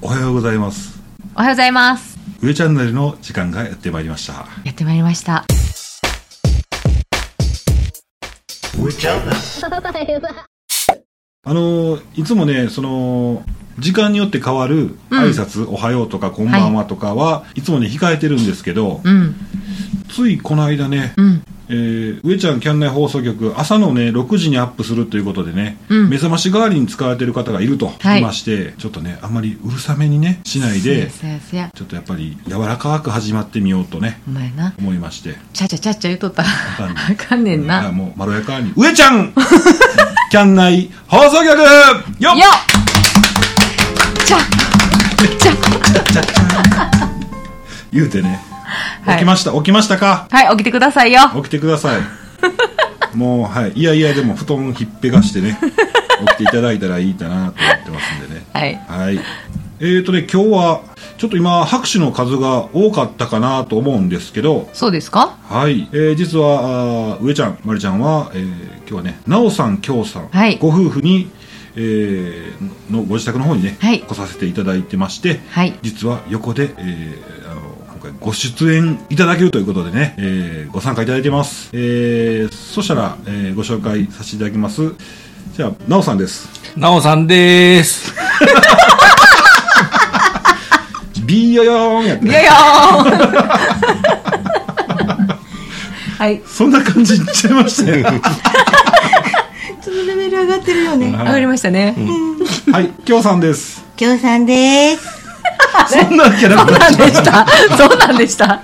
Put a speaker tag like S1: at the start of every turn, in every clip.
S1: おはようございます
S2: おはようございます。
S1: 上チャンネルの時間がやってまいりました
S2: やってまいりました。
S1: あのーいつもねその時間によって変わる
S2: うん
S1: 挨拶、おはようとかこんばんはとかは、い、つもね控えてるんですけど、
S2: うん。
S1: ついこの間ね、
S2: うん。
S1: えー上ちゃんキャン内放送局朝のね6時にアップするということでね、
S2: うん
S1: 目覚まし代わりに使われてる方がいると
S2: はい
S1: 言いまして、ちょっとねあんまりうるさめにねしないで
S2: せやせやせや。
S1: ちょっとやっぱり柔らかく始まってみようとね
S2: お前な。
S1: 思いまして
S2: ちゃちゃちゃちゃ言うとったら。
S1: かんねん
S2: あかんねん
S1: いや
S2: な。
S1: もうまろやかに上ちゃんキャン内放送局よっ
S2: よっちゃちゃ
S1: 言うてね
S2: い
S1: 起きました、起きましたか
S2: はい、起きてくださいよ。
S1: 起きてください もうはいいやいやでも布団ひっぺがしてね起きていただいたらいいかなと思ってますんでね
S2: はい。
S1: はいえーとね今日はちょっと今拍手の数が多かったかなと思うんですけど
S2: そうですか
S1: はい、えー実はあー上ちゃんまりちゃんは、えー今日はねなおさんきょうさん、
S2: はい
S1: ご夫婦に、えーのご自宅の方にね、
S2: はい
S1: 来させていただいてまして、
S2: はい
S1: 実は横で、えーあの今回ご出演いただけるということでね、えーご参加いただいてます、えーそしたら、えーご紹介させていただきますじゃあなおさんです
S3: なおさんでーす。
S1: ビーヨヨーンやって
S2: いや いやはい。
S1: そんな感じにっちゃいましたよ
S4: ちょっとレベル上がってるよね。
S2: 上がりましたね。
S1: はいきょうさんです
S4: きょうさんです。
S1: そんなキャラク
S2: そう
S1: ター
S2: なんでした。そうなんでした。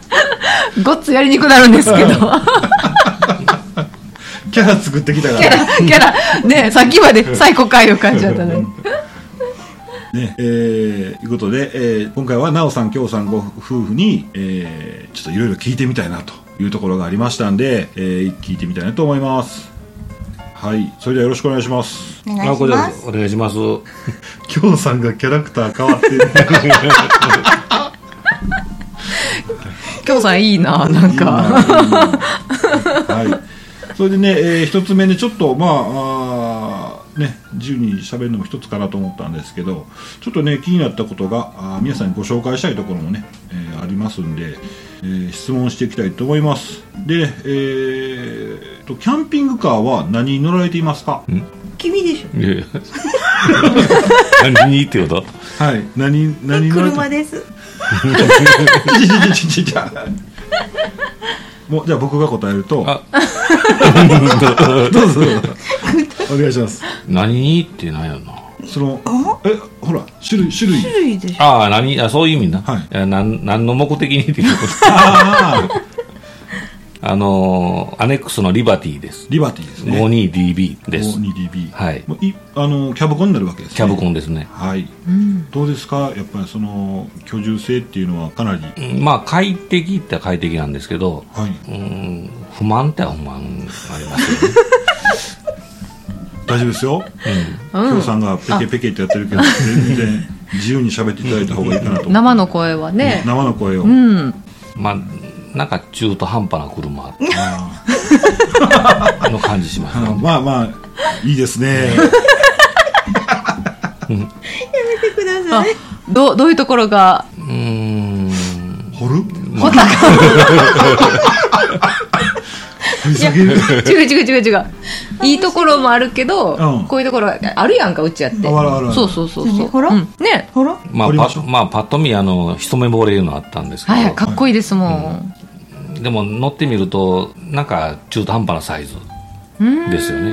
S2: ごっつやりにくなるんですけど。
S1: キャラ作ってきたか
S2: キャ
S1: ら
S2: ラ、キャラ、ねさっきまで最高回を感じだったのに。
S1: ねえー、いうことで、えー今回はなおさん、きょうさんご夫婦に、えーちょっといろいろ聞いてみたいなというところがありましたんで、えー聞いてみたいなと思います。はい、それではよろしくお願いします。
S4: お
S3: あ
S4: 願いし
S3: こちら
S4: ま
S3: こ
S4: す。
S3: そお願いします。
S1: きょうさんがキャラクター変わってる。
S2: きょうさんいいな、なんか。
S1: はい。それでね、えー一つ目ね、ちょっと、まあ、あーね、自由に喋るのも一つかなと思ったんですけど、ちょっとね、気になったことが、あー皆さんにご紹介したいところもね、えーありますんで、えー質問していきたいと思います。で、えーと、キャンピングカーは何に乗られていますか
S4: 君でしょ。
S3: いやいや何にってこと
S1: はい。何、何に乗られて
S4: 車です。
S1: ちちちちちちもう、じゃあ僕が答えると、
S3: あ
S1: どうぞ。お願いします。
S3: 何にってなんやろな。
S1: その、え、ほら、種類、種類。
S4: 種類でしょ。
S3: ああ、何あそういう意味な。
S1: はい
S3: やなん何の目的にっていうこと
S1: ああ、
S3: あのー、アネックスのリバティです。
S1: リバティ ですね。
S3: 52DB です。
S1: 52DB。
S3: はい
S1: もういあの、キャブコンになるわけです、ね。
S3: キャブコンですね。
S1: はい。どうですかやっぱりその、居住性っていうのはかなり。は
S3: うんまあ、快適って快適なんですけど、
S1: い。
S3: うん、不満っては不満ありますよね。
S1: 大丈夫ですよ。うん。今日さんがペケペケってやってるけど、全然自由に喋っていただいた方がいいかなと。
S2: 生の声はね、
S1: 生の声を。
S2: うん、
S3: まあ、なんか中途半端な車
S1: あ
S3: の感じし ます
S1: ー
S3: ね。
S1: まあまあ、いいですね。
S4: 見てください。
S2: どどういうところが
S3: うん。
S1: 掘る
S2: ほたか
S1: 掘り下げる。
S2: 違う違う違う違ういいところもあるけど、
S1: うん
S2: こういうところがあるやんかうちやって
S1: あるあるある
S2: そうそうそうそう
S4: ねほら
S2: うんね
S4: ほら。
S3: ま
S1: 掘
S3: あ、
S1: りま
S3: パ
S1: しょう
S3: まあ、パッと見、あの、一目惚れいうのあったんですけど、
S2: はいかっこいいですもん、
S3: でも乗ってみると、なんか中途半端なサイズ
S2: うん
S3: ですよね。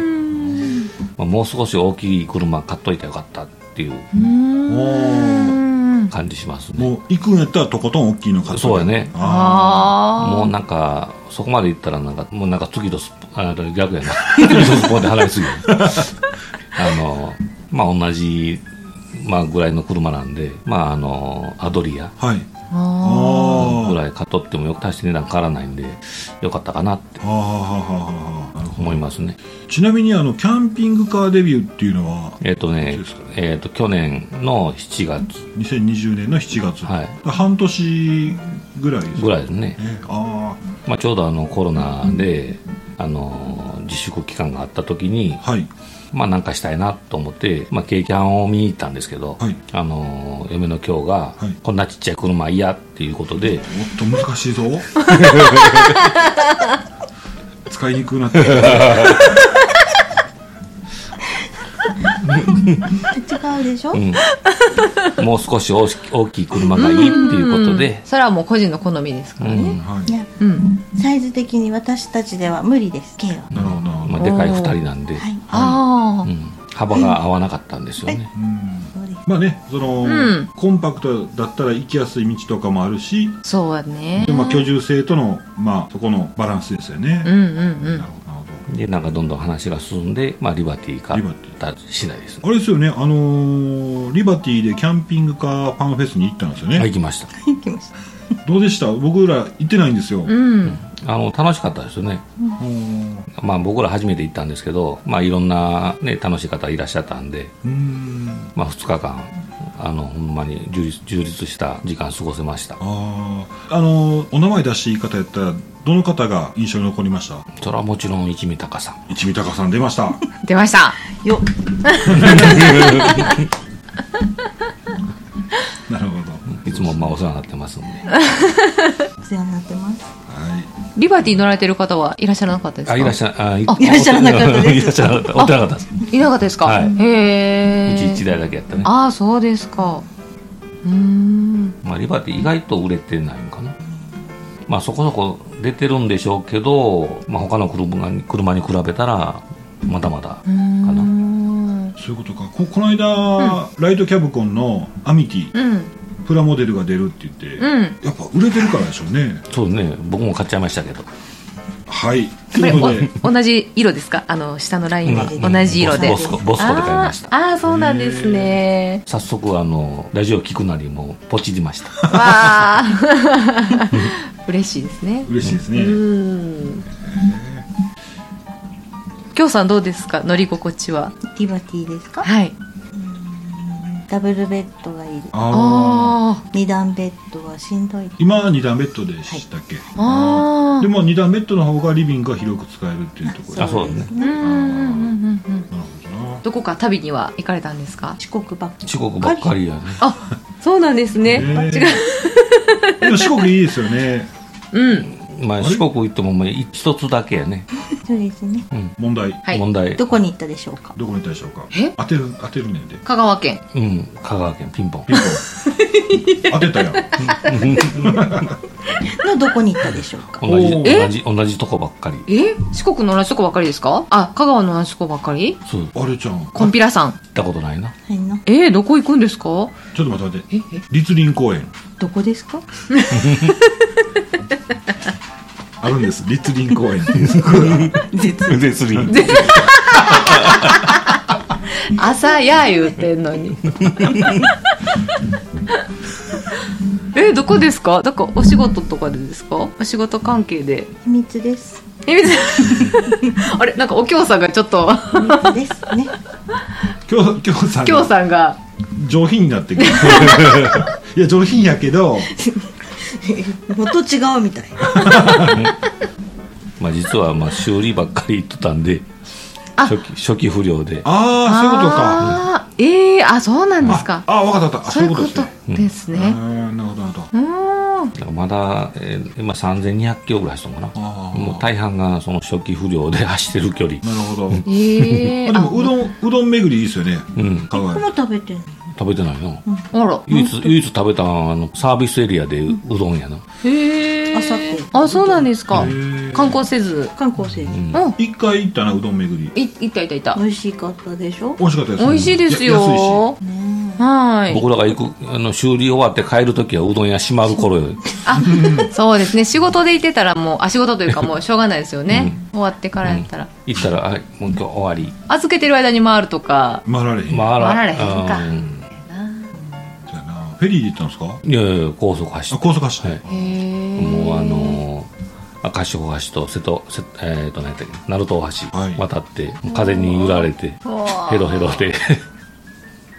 S3: まあ、もう少し大きい車買っといたらよかったっていう
S2: うん
S3: 感じしますね。
S1: もう、行くんやったらとことん大きいの買って
S3: そうや。ね。
S1: あ
S2: あ
S3: もうなんか、そこまで行ったら、なんか、もうなんか月とスプあ逆やな。月とスポンで払いすぎる。あの、まあ、同じ、まあ、ぐらいの車なんで、まあ、あの、アドリア。
S1: あ。はい。
S2: あ
S1: あ
S3: ぐ
S1: あ。
S3: らい買っとってもよく大して値段変わらないんでよかったかなって
S1: ああ、なるほど。
S3: 思いますね
S1: ちなみにあのキャンピングカーデビューっていうのは
S3: えっ、とね
S1: そうですかね
S3: えっ、と去年の7月
S1: 2020年の7月、
S3: はい
S1: 半年ぐらいです
S3: ぐ
S1: から
S3: いですね、
S1: ねあ
S3: まあ、ちょうどあのコロナで、あの自粛期間があった時に
S1: あはい
S3: まあなんかしたいなと思って、まあケーキンを見に行ったんですけど、
S1: はい
S3: あのー、嫁の今日が、
S1: い
S3: こんなちっちゃい車嫌っていうことで、
S1: っと難しい ぞ使いにくくなって
S4: 違うでしょ、
S3: うん、もう少し大き大きい車がいいっていうことで、
S2: それはもう個人の好みですからね。
S1: はい
S4: い
S1: な
S4: や
S2: うん。
S4: サイズ的に私たちでは無理です軽は
S1: るほどなるほど
S3: まあ、でかい2人なんで、
S4: はい
S2: あ
S3: うん、幅が合わなかったんですよね、
S1: うん
S4: そうです
S1: まあねその、
S2: ん
S1: コンパクトだったら行きやすい道とかもあるし
S2: あ、そうやね
S1: で。まあ居住性とのまあそこのバランスですよね、
S2: うんうんう。
S1: なんるほどなるほど
S3: でなんかどんどん話が進んで、まあ、リバティ買った次第ですね
S1: あれですよね、あのーリバティでキャンピングカーファンフェスに行ったんですよね、
S3: はい行きました
S4: 行きました
S1: どうでした僕ら行ってないんですよ、
S2: うん。
S3: あの楽しかったですよね、
S1: うん
S3: まあ、僕ら初めて行ったんですけど、まあ、いろんな、ね、楽しい方いらっしゃったんで、
S1: うーん
S3: まあ、2日間あのほんまに充実充実した時間過ごせました
S1: あーあのーお名前出していい方やったらどの方が印象に残りました
S3: それはもちろん一味高 さん
S1: 一味高さん出ました
S2: 出ました。
S4: よっ
S1: なるほど
S3: いつもまあお世話になってますんで
S4: お世話になってます
S1: はい
S2: リバティ乗られてる方はいらっしゃらなかったですか
S3: あいらっしゃらあい
S2: あ
S4: いらっしゃらなかったです
S3: いらっしゃらなかったおってなかったです
S2: いなかったですか、
S3: はい
S2: へ
S3: う
S2: え。
S3: ち1台だけやったね
S2: ああ、そうですか。うーん。
S3: まあ、リバティ意外と売れてないのかな、まあ、そこそこ出てるんでしょうけど、まあ、他の車に車に比べたらまだまだか
S2: うー
S3: な、
S2: ん。
S1: そういうことかここの間、ライトキャブコンのアミティ
S2: うん。
S1: プラモデルが出るって言って、
S2: うん。
S1: やっぱ売れてるからでしょうね
S3: そうね僕も買っちゃいましたけど
S1: はいとい
S2: これ
S1: うことで
S2: お同じ色ですかあの下のラインは
S3: うん
S2: 同じ色で、
S3: ボスコボスコで買いました
S2: あーあーそうなんですね
S3: 早速あのラジオ聞くなりもポチりました
S2: わあ 嬉しいですね
S1: 嬉しいです
S2: う
S1: ね、
S2: んきょうさんどうですか乗り心地は
S4: リバティですか
S2: はい
S4: ダブルベッドがいる
S1: ああ
S2: あ
S4: 二段ベッドはしんどい
S1: 今二段ベッドでしたっけ、
S2: ああ
S1: で
S2: ー
S1: も二段ベッドの方がリビングが広く使えるっていうところで
S3: あそうですね
S2: うんうんうんうんうん
S1: なるほどな
S2: どこか旅には行かれたんですか
S4: 四国ばっかり
S3: 四国ばっかりやね
S2: あそうなんですね
S1: ねでも四国いいですよね
S2: うん
S3: まあ、
S1: れ
S3: 四国行ってもまあ一つだけやね、
S4: そうですね
S3: うん
S1: 問題、
S2: はい
S3: 問題
S4: どこに行ったでしょうか
S1: どこに対しょうか
S2: え
S1: 当てる当てるねんで
S2: 香川県
S3: うん、香川県ピンポン
S1: ピンポン当 てたやん
S4: のどこに行ったでしょうか
S3: 同じ
S1: お
S2: ー
S3: 同じ同じとこばっかり
S2: え四国の同じとこばっかりですかあ香川の同じとこばっかり
S3: そう行
S1: あれちゃん
S2: コンピラさん
S3: ったことな いな
S4: はいの
S2: えー、どこ行くんですか
S1: ちょっと待って待って
S2: ええ
S1: 立林公園
S4: どこですか
S1: あるんです立林公 園っていう
S3: 別に
S2: 朝や言うてんのに えー、どこですかなんかお仕事とかでですかお仕事関係で
S4: 秘密です
S2: えみず あれなんかお京さんがちょっと
S4: 秘密で すね
S1: 今日今日さん
S2: 京さんが
S1: 上品にな ってくるいや上品やけど
S4: 元違うみたい
S3: まあ、実はまあ修理ばっかり行ってたんで
S2: あ
S3: 初期初期不良で
S1: ああ
S2: あーえー、あそうなん
S1: そういうこ
S2: で
S1: と
S2: す
S1: か
S2: か
S1: ああ分かった分かった
S2: そういうこ
S1: です
S2: と
S1: ね
S2: です
S1: う
S2: ね
S1: ーんなるほどなるほど
S2: うーん
S3: だからまだ、えー今3200キロぐらい走ったのかな
S1: あー
S3: もう大半がその初期不良で走ってる距離
S1: なるほど
S2: えー、
S1: あでもうどんうどん巡りいいですよね
S3: うん
S1: 香川
S4: こも食べてんの
S3: 食べてないの
S2: あら
S3: 唯一唯一食べたあのサービスエリアでううどんやな
S2: へえ。
S4: あさって
S2: あ、そうなんですか
S1: へー。
S2: 観光せず。
S4: 観光生
S2: うんん。い、
S1: 一回行ったなうどん巡り
S2: いったいたいた
S4: 美。味しかったでしょ
S1: 美味しかったです
S2: 美味しいですよ。
S1: や
S2: は
S4: ね
S2: ーい。
S3: 僕らが行くあの修理終わって帰る時はうどん屋閉まる頃よ
S2: あ、そうですね。仕事で行ってたらもう、あ、仕事というかもうしょうがないですよね。終わってからやったら。
S3: 行ったら「あもう今日終わり
S2: 預けてる間に回るとか。
S1: 安いし回られへん」じゃ
S2: 回られへ
S3: 回
S2: んか
S3: うん
S1: あなフェリーで行ったんですか
S3: いやいや高速走
S1: あ
S3: って
S1: 高速走って、
S3: はい
S2: へえ。
S3: もうあのー赤潮大橋と瀬戸、瀬えー、と何やったっけ鳴門大橋
S1: はい
S3: 渡って、風に揺られて
S2: うわー
S3: ヘロヘロで
S2: へ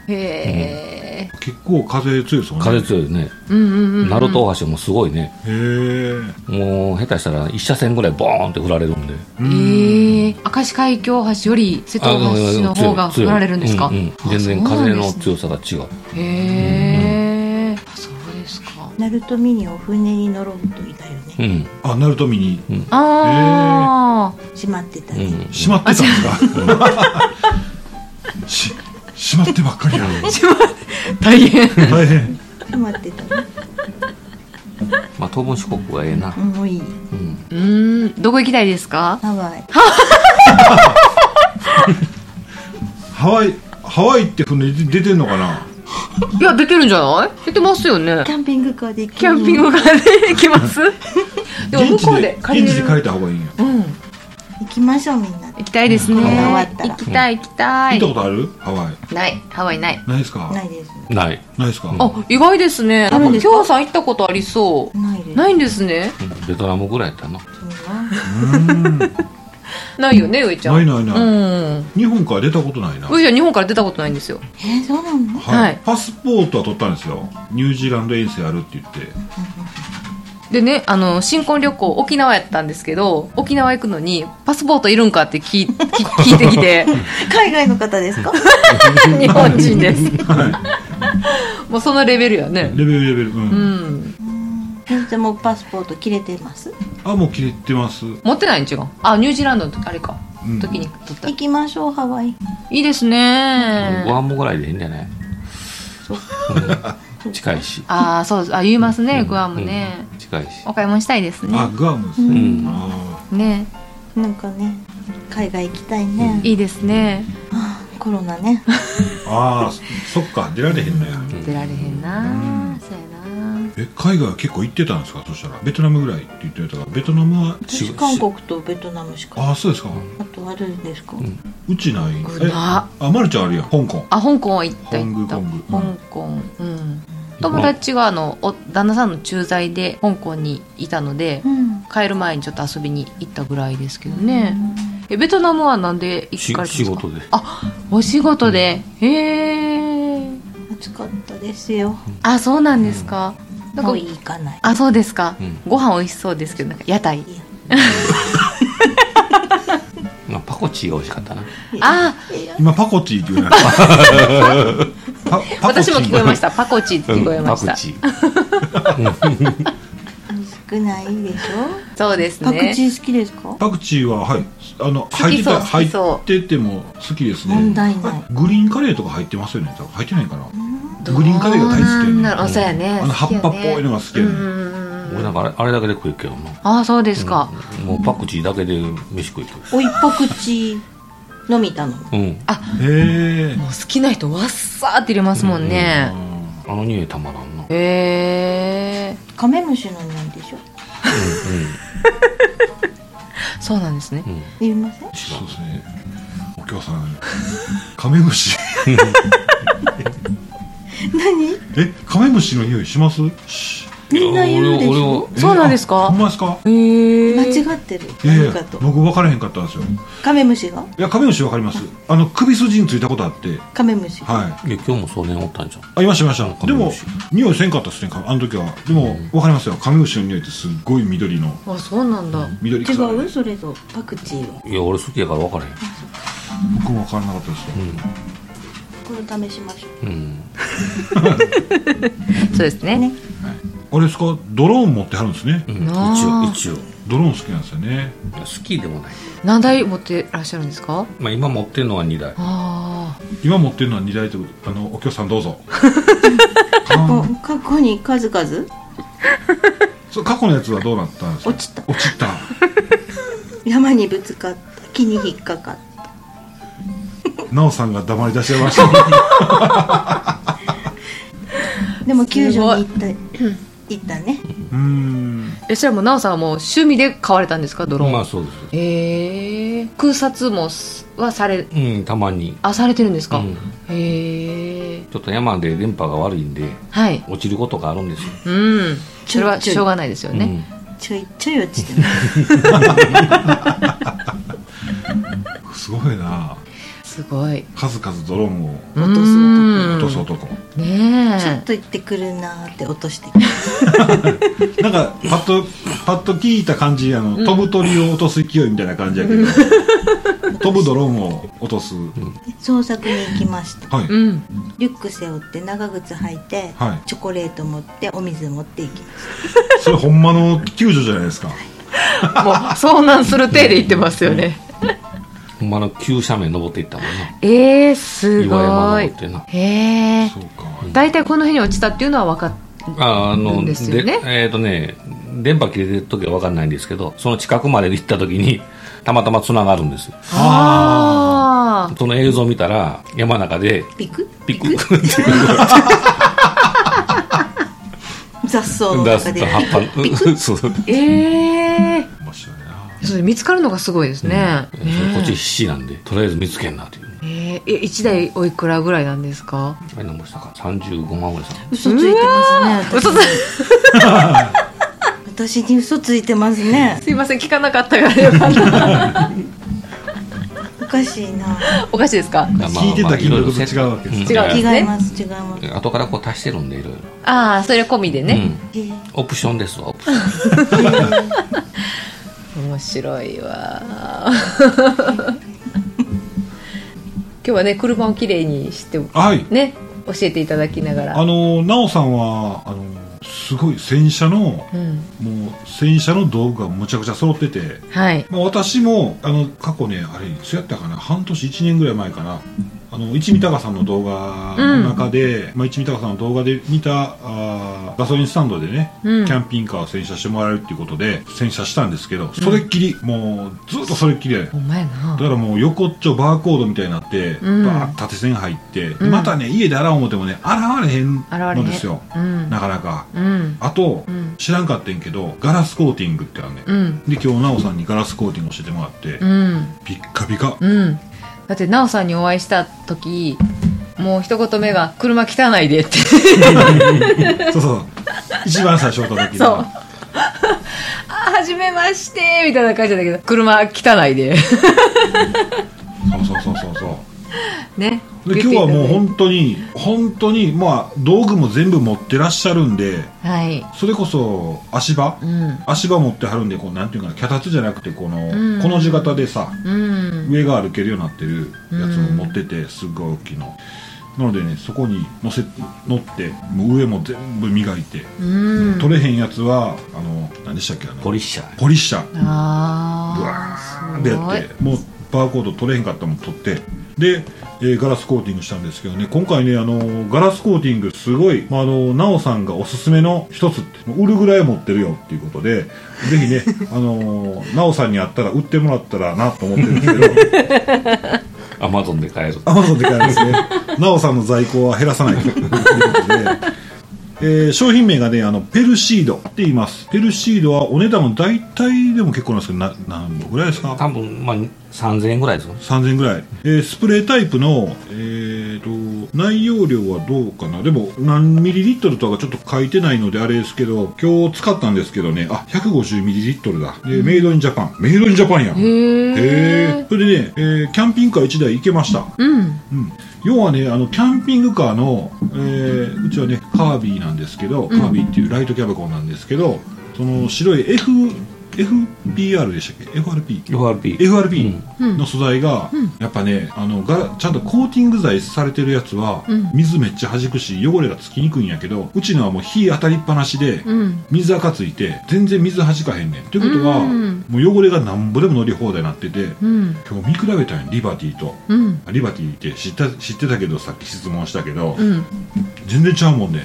S2: え。
S1: 結構風強いですもんね
S3: 風強いよね
S2: うんうんうん。
S3: 鳴門大橋もすごいね
S1: へえ
S3: もう下手したら一車線ぐらいボーンって振られるんで
S2: ええ、明石海峡大橋より瀬戸大橋の方が
S3: 強い
S2: 振られるんですか。
S3: 強いうんうん全然
S2: あそう
S3: 風
S2: なんで
S3: の
S2: すね
S3: 強さが違う
S2: へえ。あそうですか。
S4: 鳴門にお船に乗ろうといたよね
S3: うん
S1: あ鳴門見に
S2: ああ。
S4: 閉まってた
S3: う
S4: ね、
S3: ん
S1: 閉まってたんですかし閉まってばっかりや
S2: 大変。
S1: 大変
S4: 閉まってたね
S3: まあ当分四国はええな
S4: もういい
S3: うん
S2: うーん。どこ行きたいですか。
S4: ハワイ
S1: ハワイハワイって船で出てんのかない
S2: や出てるんじゃない。出てますよね
S4: キ。ャンピングカーでキ
S2: キャンピングカーで行きます。 でも向
S1: 現地
S2: こう
S1: で
S2: で
S1: 現
S2: 借りれ
S1: 地で
S2: る。
S1: 借りた方がいいんや
S2: うん。
S4: 行きましょうみんなで
S2: 行きたいですね。
S4: コロナ終わったら
S2: 行きたい行きた
S1: 行っ
S2: い
S1: た。ことあるハワイ
S2: ないハワイない。
S1: ないですか
S4: ないです
S3: ない
S1: ないですか
S2: あ意外ですね。
S4: あるんですか
S2: 京さん行ったことありそう。
S4: ないです
S2: ないんですね。
S3: うんベトナムぐらいやったな
S1: うんない
S2: ないよね、上ちゃん。
S1: ないない
S2: うん。
S1: 日本から出たことないな
S2: 上ちゃん、日本から出たことないんですよ。
S4: えー、そうなの
S1: はい
S2: はい
S1: パスポートは取ったんですよニュージーランド遠征あるって言って
S2: でね、あの、新婚旅行、沖縄やったんですけど、沖縄行くのに、パスポートいるんかって聞い聞聞いてき て、
S4: 海外の方で すか
S2: 日本人です。
S1: は
S2: もうそのレベルやね
S1: い。レベルレベルう
S2: うんん。
S4: えじゃあもうパスポート切れてます
S1: あもう切れてます
S2: 持ってないん違う。あ、ニュージーランドの時、あれか
S1: うん。
S2: 時に撮った。
S4: 行
S2: い
S4: きましょうハワイ
S2: いですね
S3: グ。アムぐらいでいいんじゃない
S4: そう
S3: うん近いし
S2: ああ、そう、あ、言いますね、グアムね。
S3: うん近いし
S2: お買い物したいですね。
S1: あグアムです
S3: う
S1: ね
S3: ん
S1: あ
S2: ね。
S4: なんかね海外行きたいね、
S2: いいですね。
S4: はあコロナね
S1: ーあーそっか出られへんのや
S2: 出られへんな。そうやな。
S1: え海外は結構行ってたんですかそしたらベトナムぐらいって言ってたからベトナムは
S4: 私韓国とベトナムしか
S1: ああそうですか
S4: あとあるんですか、
S3: ん
S1: うちない
S2: ぐ
S1: え
S2: な。
S1: あまるちゃんあるやん香港
S2: あ香港は行った行った
S1: 香
S2: 香
S1: 港
S2: 港
S1: うん
S2: うん友達があのお旦那さんの駐在で香港にいたので
S4: うん
S2: 帰る前にちょっと遊びに行ったぐらいですけどねえベトナムはなんで行
S3: し
S2: かれたんで
S3: 仕
S2: すか
S3: 事で
S2: お仕事で、へえ
S4: 暑かったですよ
S2: あそうなんですか,、なん
S4: も
S2: か
S4: う行かない
S2: あそうですか、
S3: うん
S2: ご飯美味しそうですけどなんか屋台
S4: いや
S3: まあパコチーが美味しかったな
S2: あ
S1: 今パコチーって 言うなパパコチ
S2: 私
S1: ー
S2: も聞こえましたパコチって聞こえ
S3: うん
S2: ま
S3: パ
S2: し
S3: ク
S2: た、
S3: チー
S4: 少ないでしょ
S2: そうです
S4: パ
S2: ね
S4: クチー好きですか
S1: パクチーははいあの
S2: 好
S1: 入っ
S2: き
S1: て
S2: そう
S1: た入
S2: 好きそう
S1: ってても好きですね
S4: 問題ない
S1: グリーンカレーとか入ってますよね多分入ってないかな
S2: どう
S1: グリーンカレーが大好きやね
S2: なんだろうそうやね
S1: あの葉っぱっぽいのが好きやね
S2: うんうんうんうん
S3: 俺なんかあれあれだけで食えっけどな
S2: ああそうですか、
S3: もうパクチーだけで飯食えっけ
S4: おいパクチーのみたの
S3: どうん
S1: へえ
S2: もう好きな人わっさーって入れますもんね、
S3: あの匂いたまらんな
S2: へえ
S4: カメムシの匂いでしょ
S2: そうなんですね
S3: うんうんうん
S4: 言いません
S1: そうですねお京さんカメム シ
S4: 何
S1: えカメムシの匂いしますし
S4: みんな言うでし
S3: 俺
S4: ょ
S3: を
S1: え
S2: そうなんですか
S1: あほんまですか
S2: へえ
S4: 間違ってる
S1: いやいや
S4: 何かと
S1: 僕分からへんかったんですよ
S4: カメムシが
S1: いやカメムシ分かりますあの首筋についたことあって
S4: カメムシ
S1: はい
S3: いや今日もそうねおったんじゃん
S1: あいましたいまし
S3: うん
S1: た
S3: カ
S1: で
S3: メ
S1: も
S3: ムシ
S1: 匂いせんかったですねかあの時はでも、わかりますよカメムシの匂いってすっごい緑の
S2: あそうなんだ、
S1: 緑
S4: 違
S1: 臭いう
S4: それとパクチーはい
S3: や俺好きやから分からへん
S1: 僕も分からなかったですよ、
S4: これ試しましょ
S3: うん、うん、
S2: そうですね
S4: うね
S1: あれですかドローン持ってはるんですね、
S3: うん
S2: なあ
S3: 一応一応
S1: ドローン好きなんですよね
S3: 好きでもない、
S2: 何台持ってらっしゃるんですか
S3: まあ、今持ってるのは2台
S2: ああ
S1: 今持ってるのは2台ってことあのお京さんどう ぞ
S4: お
S1: あ
S4: 過去に数々
S1: そう過去のやつはどうなったんですか
S4: 落ちた
S1: 落 ちた
S4: 山にぶつかった木に引っかかっ
S1: 奈緒さんが黙り出しちゃいま した
S4: たでも救助に行った行ったね
S1: うーん
S2: えそれはもう奈緒さんはもう趣味で買われたんですかドローン、
S3: まあそうです
S2: へえ空撮もすはされ
S3: うんたまに
S2: あされてるんですか、
S3: うん
S2: へえ
S3: ちょっと山で電波が悪いんで
S2: はい
S3: 落ちることがあるんですよ、
S2: うんそれはしょうがないですよね、
S4: ちょいちょい落ちてます
S1: すごいな
S2: すごい。
S1: 数々ドローンを
S2: う
S4: 落とす
S2: ん
S1: 落とす男、
S4: ちょ
S2: ねえ。
S4: っと行ってくるなーって落としてきて
S1: なんかパッとパッと聞いた感じあの、
S2: うん
S1: 飛ぶ鳥を落とす勢いみたいな感じやけ ど、飛ぶドローンを落とす、
S4: 捜索に行きました
S1: はい、
S2: うん。
S4: リュック背負って長靴履いて、
S1: はい
S4: チョコレート持ってお水持って行きまし
S1: それほんまの救助じゃないですか
S2: もう遭難する体で言ってますよね。
S3: ほんまの急斜面登っていったもんな
S2: ええす
S3: 岩山
S2: ご
S3: 登
S2: い
S3: っ。てな
S2: へえ。
S1: そうか
S2: 大体この辺に落ちたっていうのは分かっ
S3: ああの
S2: ですよね
S3: えっ、とね電波切れてる時は分かんないんですけどその近くまで行った時にたまたまつながるんですよ
S2: あ
S3: その映像見たら山の中で
S4: たピク
S3: ピクッていう
S4: 雑草の
S3: 出す
S4: 中で
S3: と葉っ ぱうんそうそうこ
S2: あ。ええ。
S1: 面白いな
S2: それ見つかるのがすごいですね。ね
S3: っち必死なんでとりあえず見つけんなという
S2: えーえ、一台おいくらぐらいなんですか。
S3: あれ何もしたか35万ぐらいした
S4: 嘘ついてますね
S2: 嘘つ
S4: 私に嘘ついてますね
S2: すいません、聞かなかったからよかった。
S4: おかしいな
S2: おかしいですか。
S3: まあまあ
S1: 聞いてた金額と
S3: い
S1: 違うわけです
S3: ろいろ
S2: 違う
S3: セッ
S4: 違
S3: ト
S2: ね
S4: います違います
S3: うん後からこう足してるんでいろいろ
S2: ああ、それ込みでね。
S4: へ
S3: うんオプションですわオプション
S2: 面白いわ。今日はね、車をきれいにして、
S1: はい
S2: ね、教えていただきなが
S1: あ
S2: ら。
S1: の奈緒さんはあのすごい洗車の
S2: うん、
S1: もう洗車の道具がむちゃくちゃ揃ってて
S2: はい。
S1: まあ、私もあの過去ねあれいつやったかな半年1年ぐらい前かなあの一味高さんの動画の中で、まあ、一味高さんの動画で見たあーガソリンスタンドでね、
S2: うん
S1: キャンピングカーを洗車してもらえるっていうことで洗車したんですけどそれっきり、もうずっとそれっきりだよ
S2: お前
S1: だ
S2: な
S1: か。らもう横っちょバーコードみたいになって、
S2: うん
S1: バーッと縦線入って、で
S2: うん
S1: またね家で洗おう思ってもね洗われへんのですよ、
S2: 現れへんうん
S1: なかなか
S2: うん。
S1: あと、
S2: うん
S1: 知らんかったんけどガラスコーティングってあるね、
S2: うん。
S1: で今日奈緒さんにガラスコーティング教えてもらって、
S2: うん。
S1: ピッカピカ、
S2: うん。だって、なおさんにお会いした時。もう一言目が車汚いでって。
S1: そうそう一番最初の時
S2: そう。あ、はじめましてみたいな感じだけど、車汚いで。
S1: そうそうそうそうそ
S2: ね。
S1: うで今日はもう
S2: ん。
S1: 本当に本当にまあ道具も全部持ってらっしゃるんで
S2: はい。
S1: それこそ足場、
S2: うん。
S1: 足場持ってはるんでこうなんていうかな脚立じゃなくてこの、
S2: うん
S1: この字型でさ
S2: うん。
S1: 上が歩けるようになってるやつも持ってて、すっごい大きいのなのでねそこに乗せ乗ってもう上も全部磨いて、
S2: うん。
S1: 取れへんやつはあの何でしたっけあの
S3: ポリッシャー
S1: ポリッシャーブワ
S2: あ
S1: ーン
S2: あ。
S1: ですや
S2: ご
S1: っ
S2: い。
S1: てもうバーコード取れへんかったもん取ってで、えーガラスコーティングしたんですけどね今回ねあのーガラスコーティングすごい、まあ、あのー奈緒さんがおすすめの一つってもう売るぐらい持ってるよっていうことでぜひねあのー奈緒さんにあったら売ってもらったらなと思ってるんですけど
S3: アマゾンで買える
S1: アマゾンで買えますね奈緒さんの在庫は減らさないということで。えー商品名がねあのペルシードって言いますペルシードはお値段も大体でも結構なんですけどな何本ぐらいですか
S3: 多分まあ3000円ぐらいですよ
S1: 3000円ぐらい、えースプレータイプの、えー、と内容量はどうかなでも何ミリリットルとかちょっと書いてないのであれですけど今日使ったんですけどねあ150ミリリットルだで、メイドインジャパンメイドインジャパンやん
S2: へえ
S1: え。それでね、えーキャンピングカー1台行けました、
S2: うん。
S1: うん、要はねあのキャンピングカーの、えーうちはねカービィなんですけど、カービィっていうライトキャブコンなんですけどその白い F FPR でしたっけ FRP
S3: FRP
S1: FRP の素材が、やっぱねあのがちゃんとコーティング剤されてるやつは、
S2: うん
S1: 水めっちゃ弾くし汚れがつきにくいんやけどうちのはもう火当たりっぱなしで、
S2: うん。
S1: 水垢ついて全然水弾かへんねんっていうことは、
S2: うん
S1: もう汚れがなんぼでも乗り放題になってて
S2: うん。
S1: 今日見比べたんやリバティと。
S2: うん。
S1: あリバティって知った知ってたけどさっき質問したけど、
S2: うん。
S1: 全然ちゃうもんね、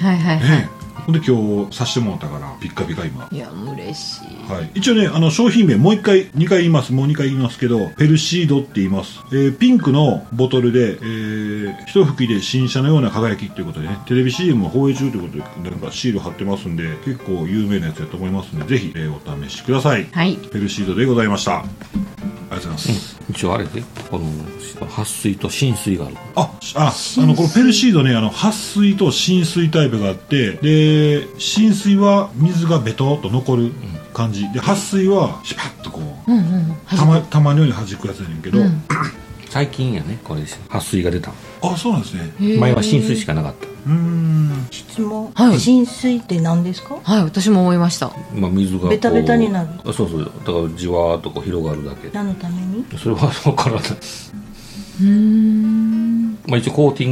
S2: はいはいは
S1: ねほんで今日さしてもらったからピッカピカ今
S2: い。いや、嬉しい。
S1: はい、一応ねあの商品名もう1回2回言いますもう2回言いますけどペルシードって言います、えーピンクのボトルで、えー一吹きで新車のような輝きっていうことでねテレビ CM を放映中ということでなんかシール貼ってますんで結構有名なやつだと思いますんでぜひ、えーお試しください、
S2: はい。
S1: ペルシードでございましたありがとうございます、
S3: 一応あれでこの撥水と浸水がある
S1: あああのこのペルシードねあの撥水と浸水タイプがあってで浸水は水がベトっと残る感じで撥水はシュパッとこう
S2: うんうん。
S1: たまたまのように弾くやつやねんけど、
S2: うん
S3: 最近やねこれ撥水が出た
S1: あそうなんですね
S2: へー
S3: 前は浸水しかなかっ
S1: うーん
S4: 質問、
S2: はい
S4: 浸水って何ですか
S2: はい私も思いました
S3: た、まあ、水がこう
S4: ベタベタになる
S3: あそうそうだからじわーっとこう広がるだけ
S4: 何のために
S3: それは分からな
S2: う
S3: い、
S2: ーん
S3: まあ、一応コーティ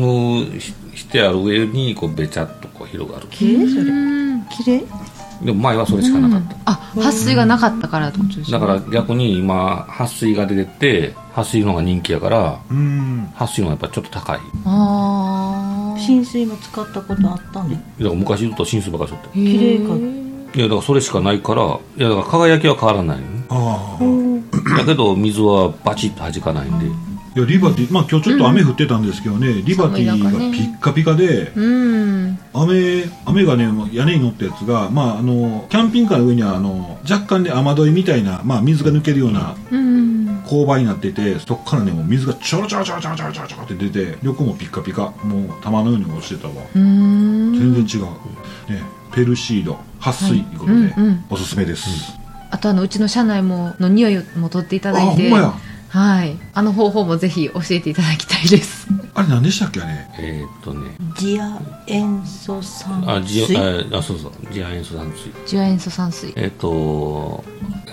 S3: ングししてある上にこうべちゃっとこう広がる
S4: 綺麗それ
S2: うん
S4: 綺麗
S3: でも前はそれしかなかった
S2: あ撥水がなかったからってことです
S3: だ
S2: ね
S3: から逆に今撥水が出てて撥水の方が人気やから
S1: うーん
S3: 撥水の方がやっぱちょっと高い
S2: ああ
S4: 浸水も使ったことあったの
S3: だから昔ずっと浸水ばっかりしとっ
S2: 綺
S4: 麗か
S3: ていやだからそれしかないからいやだから輝きは変わら ないよね
S1: ああ
S3: だけど水はバチッと弾かないんで
S1: いやリバティまあ今日ちょっと雨降ってたんですけどね、リバティが
S2: 寒い中ね
S1: ピッカピカで
S2: うん
S1: 雨雨がねもう屋根に乗ったやつが、まあ、あのキャンピングカーの上にはあの若干ね雨どいみたいな、まあ、水が抜けるような
S2: うん
S1: 勾配になっててそこからねもう水がちょろちょろちょろちょろちょろちょろって出て横もピッカピカもう玉のように落ちてたわ
S2: うーん
S1: 全然違う、ね、ペルシード撥水ということで、
S2: うんうん
S1: おすすめです、
S2: あとあのうちの社内もの匂いも取っていただいて
S1: あほんまや
S2: はいあの方法もぜひ教えていただきたいです
S1: あれ何でしたっけあれ
S3: えーっとね
S4: 次亜塩素酸
S3: あジ
S4: 水
S3: ああそうそう次亜塩素酸水
S2: 十塩素酸水
S3: えーっと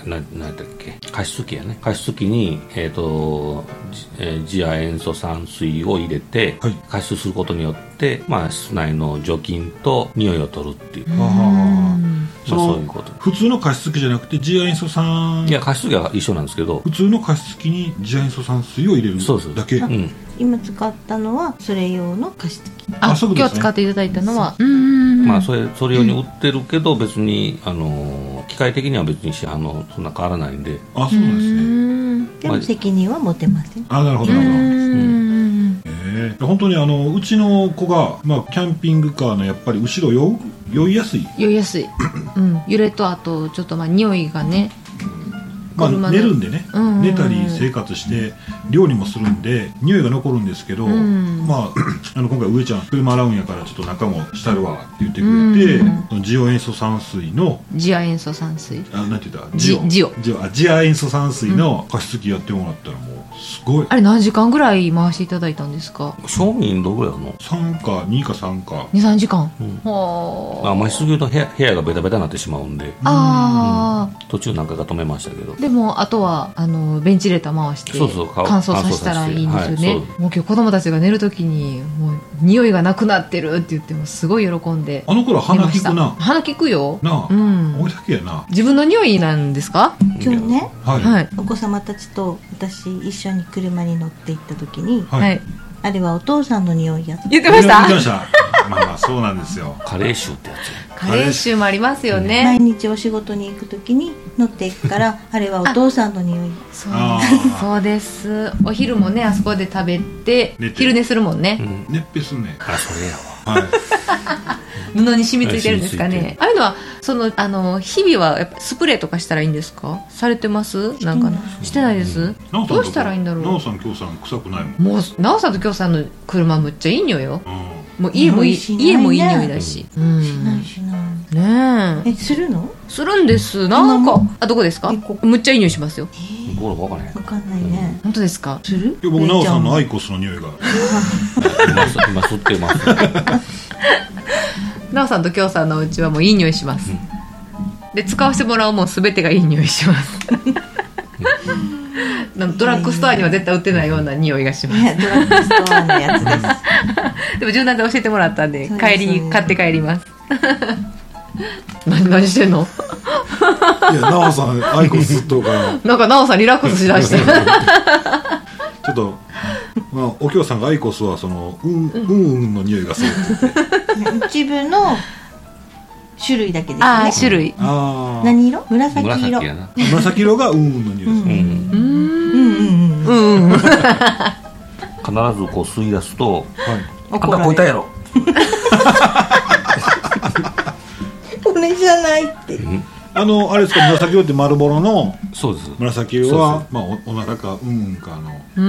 S3: ななんだっけ加湿器やね加湿器にえーっとじえー次亜塩素酸水を入れて
S1: はい
S3: 加湿することによってまあ室内の除菌と匂いを取るっていう、ま
S1: ああ
S3: あ、
S1: そ
S3: そ
S1: の
S3: ういうこと
S1: 普通の加湿器じゃなくて次亜塩素酸
S3: いや加湿器は一緒なんですけど
S1: 普通の加湿器に次亜塩素酸水を入れる
S3: そうそう
S1: だけ
S3: うん
S4: 今使ったのはそれ用の加湿器
S2: あ
S1: あそういうことです
S2: 今
S1: ね
S2: 日使っていただいたのはうんうんうん
S3: まあそれそれ用に売ってるけど別に、あの機械的には別に市販のそんな変わらないんで
S1: あそうなんですね、
S2: ね
S4: で
S3: ま
S4: も
S3: あ
S4: 責任は持てません
S1: あなるほどなるほど、
S2: うん
S1: ええ本当にあのうちの子が、まあ、キャンピングカーのやっぱり後ろ酔う酔いやすい、
S2: 酔いやすい、うん、揺れとあとちょっとまあ匂いがね
S1: まあ、
S2: 車の
S1: 寝るんでね、
S2: うんうんうん
S1: 寝たり生活して料理もするんで匂いが残るんですけど、
S2: うん
S1: まあ あの今回上ちゃん車洗うんやからちょっと中もしたるわって言ってくれて、
S2: うん
S1: そのジオ塩素酸水の
S2: 次亜塩素酸水
S1: あなんて言った
S2: ジジオ
S1: ジオあジア塩素酸水の加湿器やってもらったらもうすごい
S2: あれ何時間ぐらい回していただいたんですか
S3: 庶民どこやの
S1: 3か2か3か
S2: 23時間、
S3: ん
S2: は
S3: まあましすぎると部屋部屋がベタベタになってしまうんで
S2: ああ
S3: 途中何回か止めましたけど
S2: でもあとはあのベンチレーター回して
S3: そうそうか
S2: 乾燥させたらいいんですよね、
S3: 乾燥させてはい
S2: もう今日子供たちが寝る時にもう匂いがなくなってるって言ってもすごい喜んで
S1: あの頃
S2: 寝
S1: 鼻
S2: ま
S1: 利
S2: した
S1: くな
S2: 鼻効くよ
S1: なあ、
S2: うん
S1: 俺だけやな
S2: 自分の匂いなんですか
S4: 今日ね
S1: はい
S2: はいい
S4: お子様たちと私一緒に車に乗って行った時に、
S1: はい
S2: はい
S4: あれはお父さんの匂いや
S2: 言って
S1: 言っ
S2: まし
S1: てま
S2: た
S1: したまあまあそうなんですよ
S3: カレー臭ってやつ
S2: カレー臭もありますよね
S4: 毎日お仕事に行く時に乗っていくからあれはお父さんの匂い
S2: そう
S1: あー
S2: そうですお昼もねあそこで食べて
S1: 寝て
S2: 昼寝するもん
S3: や、う
S2: ね、
S3: ん、
S1: 熱ぺすんね
S3: あそれや わ
S1: はい
S2: 布に染みついてるんですか
S3: 染みついて
S2: ね
S3: る
S2: ああいうのはそのあの日々はやっぱスプレーとかしたらいいんですかされてますなんかねしてないです
S1: なおさんと
S2: どうしたらいいんだ
S1: なお
S2: ろ
S1: さんきょうさん臭くないもん、
S2: うもう奈緒さんと京さんの車むっちゃいい匂いよ
S1: うん、
S2: もう家もいい
S4: 匂いしないね
S2: 家もいい匂いだしう
S4: しない
S2: ん
S4: しない
S2: ねえ
S4: えするの
S2: するんですなん
S4: 今
S2: か
S4: も
S2: あどこですか
S4: えこ
S2: むっちゃいい匂いしますよ
S4: えー、
S3: ゴロ分からへん
S4: わかんないね、
S2: 本当ですか
S4: する
S1: いや僕なおさんのア
S4: 愛
S1: イコスの匂い が
S3: 今す今吸ってます
S2: 奈緒さんと京さんのうちはもういい匂いします、
S3: うん
S2: で使わせてもらうもん全てがいい匂いします なんかドラッグストアには絶対売ってないような匂いがします、
S4: ねドラッグストアのやつです
S2: でも柔軟で教えてもらったんで
S4: そうです
S2: 帰り
S4: そうで
S2: に
S4: す
S2: 買って帰ります 何何してんの
S1: いやなおさんアイコスと か
S2: なんか奈緒さんリラックス しだして
S1: ちょっと、まあ、おきょうさんがアイコスはそのうんうんうんの匂いがするって言って
S4: 一部の種類だけで す
S2: ああ
S4: ね
S2: 種類
S1: あー
S4: 何色紫色
S3: 紫やな
S1: 紫色がうんうんの匂いです
S3: う
S1: ね、
S3: ん
S2: うーん
S4: うん
S2: うん
S4: うんうん
S2: うん
S3: 必ずこう吸い出すと
S1: はい
S3: あん
S4: 怒
S3: た
S4: ら
S3: こいた
S4: れ
S3: や
S4: る
S3: ろ
S4: これじゃないって
S1: あのあれですか紫色って丸ボロの
S3: そうです、
S1: 紫色は
S3: そ
S1: まあ
S3: う
S1: おお腹かうんうんかの
S2: うー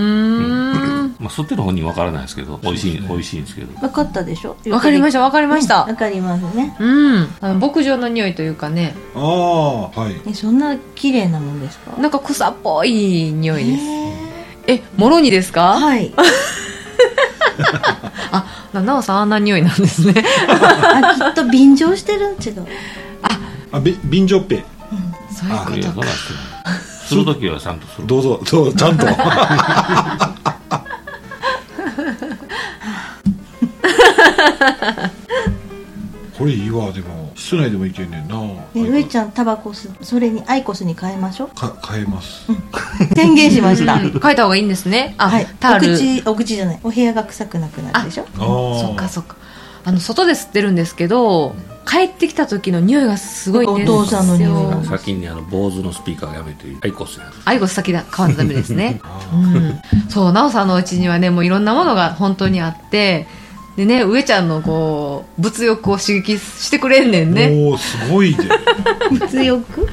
S2: ん
S3: まあ、吸ってる本人分からないですけど美味しい、美味しいんですけど
S4: 分かったでしょ
S2: わかりましたたわかりました、
S4: わかりますね
S2: うん、あの牧場の匂いというかね
S1: ああはい
S4: えそんな綺麗なもんですか
S2: なんか草っぽい匂いです
S4: え
S2: えもろにですか、
S4: はい。
S2: あななおさんあんな匂いなんですね
S4: あ、きっと便乗してるん違う。
S1: あべ便乗っぺ
S2: そういうこ
S3: いや
S2: と
S3: そう
S2: か
S3: なんですよするときはちゃんとする。
S1: どうぞどうぞちゃんとこれいいわでも室内でもいけんねんな
S4: ね、上ちゃんタバコ吸うそれにアイコスに変えましょう。
S1: か変えます
S4: 宣言しました。
S2: うん書いた方がいいんですねあ、
S4: はい。
S2: ター
S4: お
S2: ル
S4: 口、お口じゃない。お部屋が臭くなくなるでしょ。
S1: あー
S2: そっかそっかあの外で吸ってるんですけど帰ってきた時の匂いがすごいんですよ
S4: お父さんの匂いが
S3: 先にあの坊主のスピーカーやめてアイコスやる
S2: 愛護先だ買わないとダメですね、うん、そう奈緒さんのお家にはねもういろんなものが本当にあってでね上ちゃんのこう物欲を刺激してくれんねんね
S1: おおすごいで
S4: 物欲。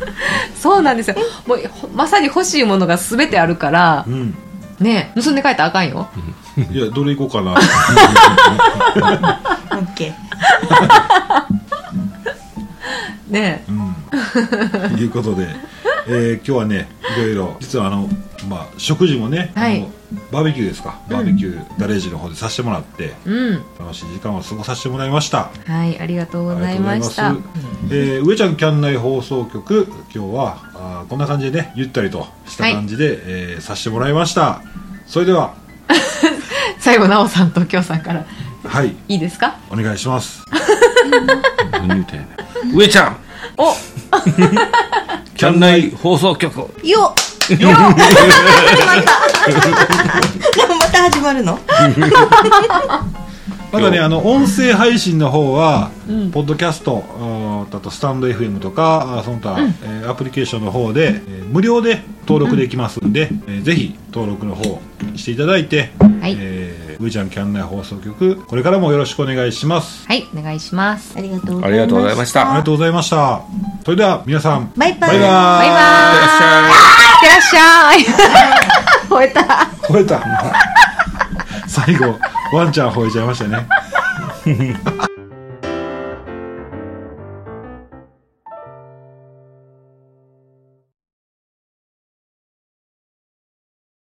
S2: そうなんですよもうほまさに欲しいものが全てあるから
S1: うん
S2: ね盗んで帰ったらあかんよ
S1: いやどれ行こ うかな
S4: オッケー。
S2: ね
S1: うんということで、えー今日はねいろいろ実はあの、まあ、食事もね、
S2: はい
S1: あのバーベキューですかバーベキューガレージの方でさせてもらって、
S2: うん
S1: 楽しい時間を過ごさせてもらいました
S2: はいありがとうございまし
S1: あ
S2: た
S1: りがとうございますえー上ちゃんキャン内放送局今日はあーこんな感じでねゆったりとした感じで、えーさせてもらいましたそれでは
S2: 最後奈緒さんときょうさんから
S1: はい
S2: いいですか
S1: お願いします
S3: 何言うてんねん上ちゃん
S2: お
S3: キャン内放送局
S4: よっ。でもまた始まるの。
S1: まだねあの音声配信の方は、
S2: うん
S1: ポッドキャストあーだとスタンド FM とかあーその他、えーアプリケーションの方で、えー無料で登録できますんで、えーぜひ登録の方していただいて、
S2: はい
S1: えー上ちゃんキャン内放送局これからもよろしくお願いします
S2: はいお願いします
S4: ありがとうございまし
S5: あ
S4: た。
S5: りがとうございました
S1: ありがとうございましたそれでは皆さん
S4: バイバイ
S1: バイバ
S2: バイ
S5: い
S2: バーイ
S5: らっしゃい
S2: いってらっしゃい吠え た
S1: 吠えた最後ワンちゃん吠えちゃいましたね